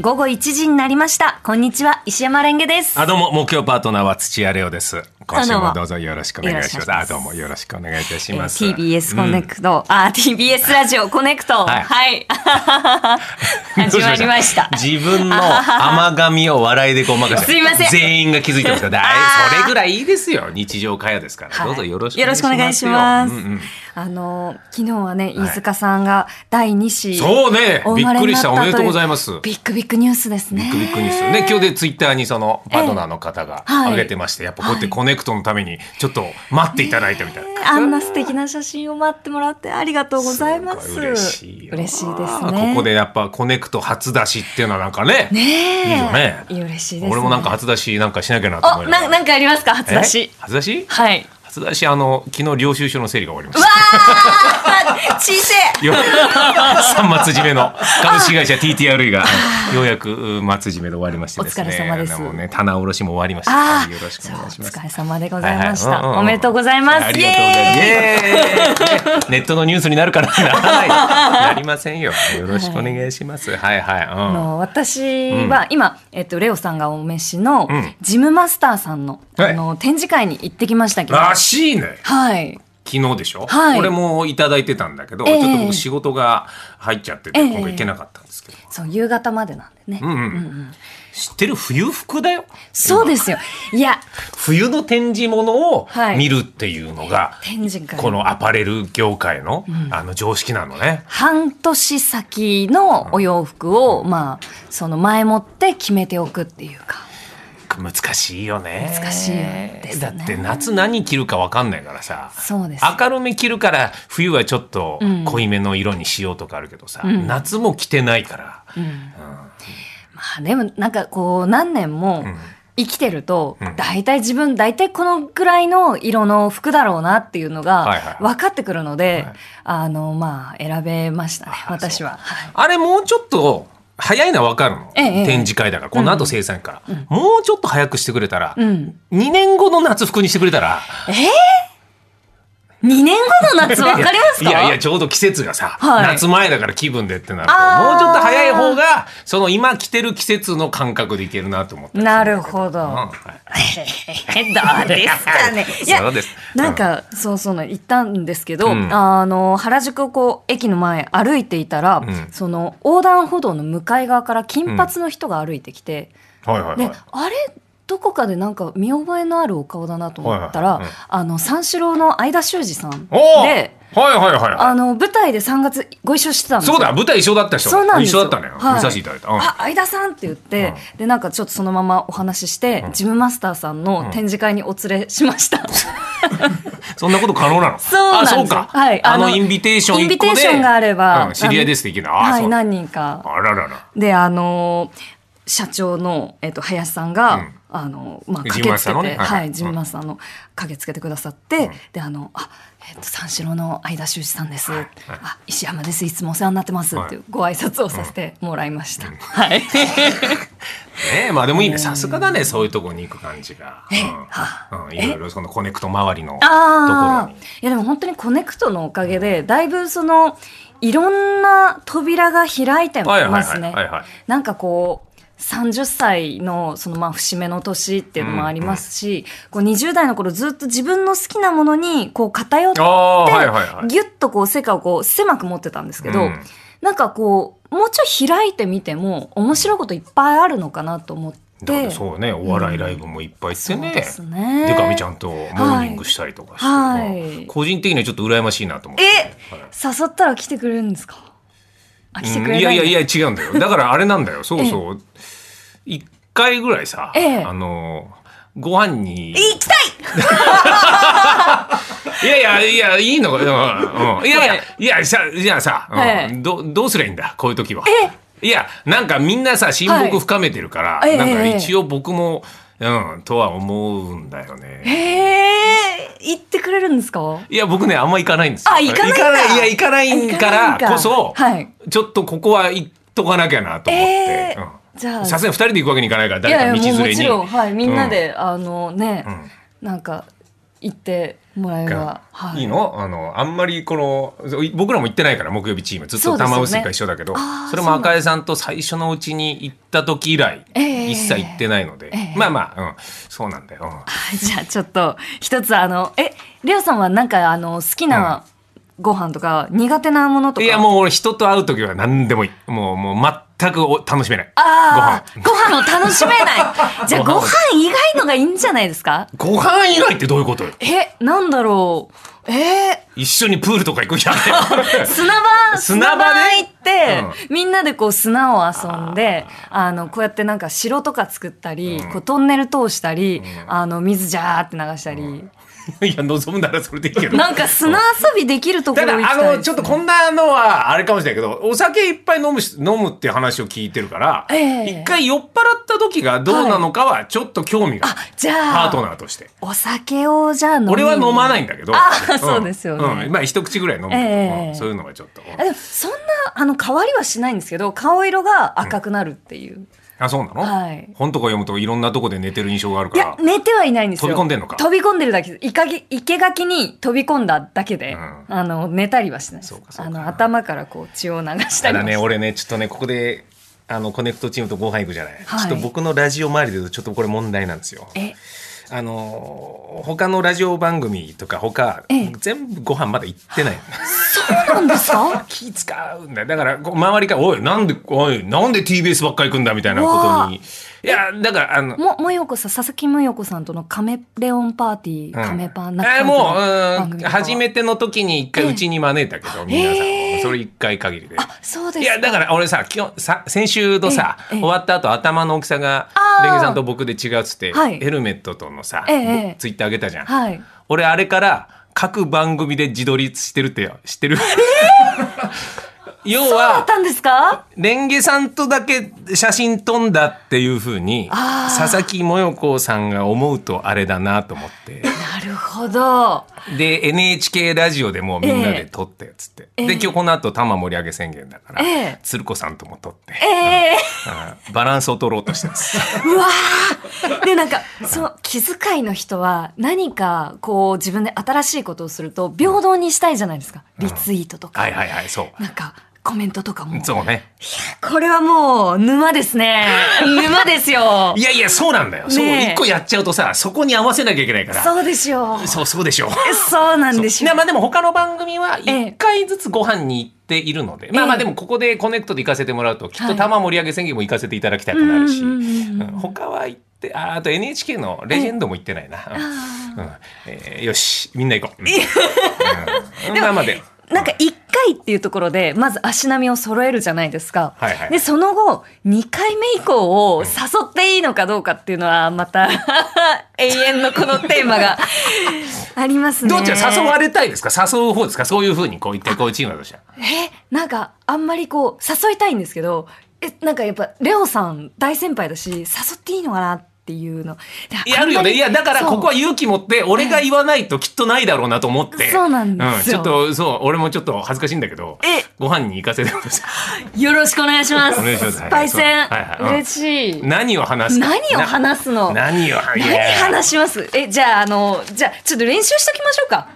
午後1時になりました。こんにちは、石山レンゲです。あどうも木曜パートナーは土屋レオです。今週あどうももどうぞよろしくお願いしよろしまくお願いします。あすどうもよろしくお願いいたしえーます。 TBS コネうんクト、あ、TBS ラジオコネクト。はいい。 始まりました。自分の甘噛みを笑いでごまかして。す いません全員が気づいてます から。あだーいそれぐらいいいですよ。日常会話ですから。はいどうぞよろしくよろしくお願いします。うんうんあの昨日はね飯塚さんが第二子、そうねお。び生まっれくにりなしったた。おめでとうございます。ビッグビッグニュースですね。ビッグビッグニュースね今日でツイッターにそのパートナーの方がはい上げてまして、やっぱこうやってコネクトのためにちょっと待っていただいたみたいな、 あんな素敵な写真を待ってもらってありがとうございます。すごい嬉しいよ嬉しいですあね。ここでやっぱコネクト初出しっていうのはなんかねねえいいよねいい嬉しいです、ね。俺もなんか初出しなんかしなきゃなとお思いながならなんかありますか初出しえ。初出しはい。初出しあの昨日領収書の整理が終わりまうしわたあ、小せよ 三末締めの株式会社 TTRE がようやくう末締めで終わりましてですねお疲れ様ですもうね棚卸しも終わりましたあはいよろしくお願いしおます疲れ様でございましははうんうんた。んおめでとうございます。ありがとうございます。イイエーイエーイねネットのニュースになるからならない。 なりませんよ。よろしくお願いします。はいあはの私は今、えっと、レオさんがお召しのうんジムマスターさんの,、はいあの展示会に行ってきましたい。うけん。ど、らしいね。はい、昨日でしょ、はい俺もいただいてたんだけど、ええちょっと僕仕事が入っちゃってて、ええ今回行けなかったんですけど。そう夕方までなんでね、うんうん。知ってる冬服だよ。そうですよいや冬の展示物をはい見るっていうのが、展示会このアパレル業界の、あの常識なのね。半年先のお洋服を、まあその前もって決めておくっていうか難しいよね。難しいですねだって夏何着るかわかんないからさ。そうです明るめ着るから冬はちょっとうん濃いめの色にしようとかあるけどさ、うん夏も着てないから、うんまあ、でもなんかこう何年もうん生きてると、うん大体自分大体このぐらいの色の服だろうなっていうのはいはがい分かってくるので、はいあのまあ選べましたねあ私は、はいあれもうちょっと早いのはわかるの、ええ展示会だからこの後生産から、んもうちょっと早くしてくれたら、うん、 2年後の夏服にしてくれたら2年後の夏分かりますかいやいやちょうど季節がさ、はい夏前だから気分でってなるあーともうちょっと早い方がその今着てる季節の感覚でいけるなと思ってなるほ ど、うんはいえどうですか ねいやそうですなんか、そうそうな行ったんですけど、うんあの原宿をこう駅の前歩いていたら、うんその横断歩道の向かい側から金髪の人が歩いてきて、はいはいはい、であれどこかでなんか見覚えのあるお顔だなと思ったら、はいはいはいあの三四郎の相田修二さんおーではいはいはいはいあの舞台で3月ご一緒してたんですよそうだ舞台一緒だったでしょそうなんですよ一緒だったね、はい見させていただいた、うんあ相田さんって言って、でなんかちょっとそのままお話しして、ジムマスターさんの展示会にお連れしま した、そんなこと可能なのそうなんですよあそうか、はいあのあのインビテーション1個でインビテーションがあればうん知り合いですっていけないあ,、はそいうあ何人からららであの社長の、えっと林さんが、うんあのまあ、ジ駆ムけマつスけタて、ーのねはいはいはい、ジムマスターの駆けつけてくださって、であのあ、えっと三四郎の相田修二さんです、はいはいあ石山ですいつもお世話になってます、はいっていうご挨拶をさせてもらいました、はい、ねえまあでもいいねさすがだねそういうとこに行く感じが、はうんうん、いろいろそのコネクト周りのとあころあにいやでも本当にコネクトのおかげで、だいぶそのいろんな扉が開いてはいはいまはすいねはいはいなんかこう30歳のそのまあ節目の年っていうのもありますし、こう20代の頃ずっと自分の好きなものにこう偏ってああはいはいはいギュッとこう世界をこう狭く持ってたんですけど、うんなんかこうもうちょい開いてみても面白いこといっぱいあるのかなと思って。だってそうねお笑いライブもいっぱい行ってそうね、ですねでかみちゃんとモーニングしたりとかして、はいまあはい個人的にはちょっと羨ましいなと思って、えはい誘ったら来てくれるんですかあ来てくれない,、うんいやいやいや違うん だよだからあれなんだよそうそう一回ぐらいさ、ええあのご飯に行き たいいやいやいやい いのか、うんうん、いやいやいやさじゃあさ、うんええどどうすりゃいいんだこういう時は。いやなんかみんなさ親睦深めてるから、はいええなんかええ一応僕も、うん、とは思うんだよね。えー、行ってくれるんですかいや僕ねあんま行かないんですよ。あ行かないんだいや行かないからこそ、はいちょっとここは行っとかなきゃなと思って。えーうんじゃあさすがに二人で行くわけにいかないから誰か道もう連もれにちろん、はい、みんなで、あのね、んなんか行ってもらえば、はいいのあのあんまりこのい僕らも行ってないから木曜日チームずっそとうですよね玉結びが一緒だけどそ,、あーれも赤江さんと最初のうちに行った時以来、ええ一切行ってないので、ええまあまあ、うん、そうなんだよ、うんはいじゃあちょっと一つあのえレオさんはなんかあの好きなご飯とか、苦手なものとかいやもう俺人と会う時は何でもいいもうもう全くお楽しめないああご飯を楽しめ ないじゃあごご飯飯以外のがいいんじゃないですかご飯ご飯以外ってどういうことよえなんだろうえ一緒にプールとか行くんじゃないー、砂場砂砂場ね場行って、みんなでこう砂を遊んであのこうやってなんか城とか作ったり、こうトンネル通したり、あの水ジャーって流したり、いや望むならそれでいいけどなんか砂遊びできるとこたろだ行きたいです、ね、あのちょっとこんなのはあれかもしれないけどお酒いっぱい飲むし飲むっていう話を聞いてるから、ええ一回酔っ払った時がどうなのかはちょっと興味が、あじゃパあートナーとしてお酒をじゃあ飲みに俺は飲まないんだけどあー んそうですよねうんまあ一口ぐらい飲む、ええうんそういうのがちょっと、うんあでもそんなあの変わりはしないんですけど顔色が赤くなるっていう、あそうなの、はい本とか読むといろんなとこで寝てる印象があるいかやら寝てはいないんですよ飛び込んでんのか飛び込んでるだけですいかげ生垣に飛び込んだだけで、うんあの寝たりはしないですそうかそうあかの頭からこう血を流したたりだはしね俺ねちょっとねここであのコネクトチームとご飯行くじゃない、はいちょっと僕のラジオ周りで言うとちょっとこれ問題なんですよえあのー他のラジオ番組とか他、ええ全部ご飯まだ行ってない そうなんですか 気使うんだよだからこう周りから「おいなんでおいなんで TBS ばっかり行くんだ」みたいなことにいやだからあのももよこさん佐々木もよこさんとのカメレオンパーティー、うんカメパンあもう、うん、初初めての時に一回ええうちに招いたけど、皆さんええをそれ一回限りで。あそうですいやだから俺さ基本さ先週のさ、ええええ終わった後頭の大きさがあーレンゲさんと僕で違うっつって、はいヘルメットとのさ、ええええツイッターあげたじゃん、はい俺あれから各番組で自撮りしてるって知ってる、要そうだっはたんですかレンゲさんとだけ写真撮んだっていうふうにあー佐々木もよこさんが思うとあれだなと思って。なるほどで NHK ラジオでもうみんなで撮ってっつって、ええで今日この後玉盛り上げ宣言だから、ええ鶴子さんとも撮って、ええうんバランスを取ろうとしてます うわーでなんかそう気遣いの人は何かこう自分で新しいことをすると平等にしたいじゃないですか、リツイートとか、はいはいはいそなんかコメントとかもうそうねこれはもう沼です ね沼ですよいやいやそうなんだよ、そうねえ一個やっちゃうとさそこに合わせなきゃいけないからそうですよそうそうでしょうそうなんですそうよまあでも他の番組はええ1回ずつご飯に行っているので、まあまあでもここでコネクトで行かせてもらうときっと玉盛り上げ宣言も行かせていただきたくなるし、うんうんうんうんうん他は行ってああと NHK のレジェンドも行ってないな、うんえーよしみんな行こう、うんうんまあまあでなんか1回っていうところでまず足並みを揃えるじゃないですか、はいはいでその後2回目以降を誘っていいのかどうかっていうのはまた 永遠のこのテーマ がありますねどっちが誘われたいですか誘う方ですかそういうふうにこう言ってこうチームだとしたらえなんかあんまりこう誘いたいんですけどえなんかやっぱレオさん大先輩だし誘っていいのかなっていうのいやあるよね。いや、だからこはこは勇気持って、俺が言わないときっとないだろうなと思って。そうなんですようんちょっと、そう、俺もちょっと恥ずかしいんだけどえ、ご飯に行かせてくださよろしくお願いしますお願いしますはいパイセン、そうはいはいうん嬉しい。い何を話す何を話すのな何を話何話しますえじゃああのじゃあちょっと練習しときましょう か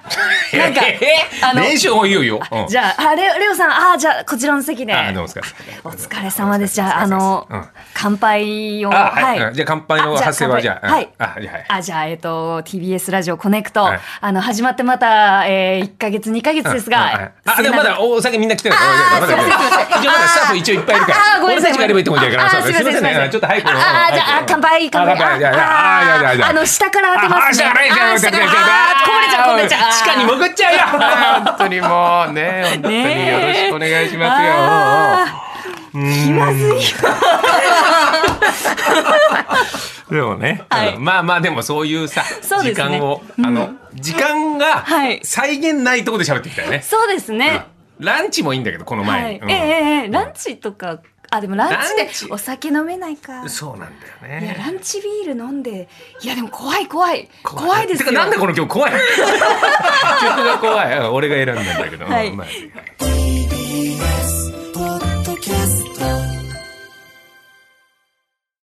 なんかあの練習もいいよいいよ。うんじゃああレオレオさんあじゃあこちらの席であ、どうもお疲れ様お疲れ様ですじゃああの、うん乾杯をあ、はい。うんじゃあ乾杯の発声は、じゃあ、うんはいあ、じゃあはい。あじゃあ、えっと、TBS ラジオコネクト、はいあの始まってまた、えー、1か月、2か月ですうんうんが、あ、でもまだお酒みんな来てないから。まだまだ一応まだスタッフ一応いっぱいいるから。ああごめんなさい俺たちがやればいいってことじゃいけないああそうだすいませんすすいませんいませんちょっと早く。ああじゃああ乾杯乾杯あ乾杯じゃあああじゃあじゃあじゃああの下から当てますねああじゃあじゃあじゃあじゃあじゃああこぼれちゃうこぼれちゃうあ地下に潜っちゃうよ。本当にもうね、本当にねえよろしくお願いしまあー気まずいよすよ。でもねはい、まあまあでもそういうさ、そう時ですね間をあの時間がはい再現ないところで喋ってきたよね。そうですね、ランチもいいんだけどこのは前いに。うんええええランチとかあでもランチでランチお酒飲めないかそうなんだよいやね。ランチビール飲んでいやでも怖い怖い怖いですてかよ なんでこの曲怖い曲が怖いうん俺が選んだんだけど、はいうんまあいいや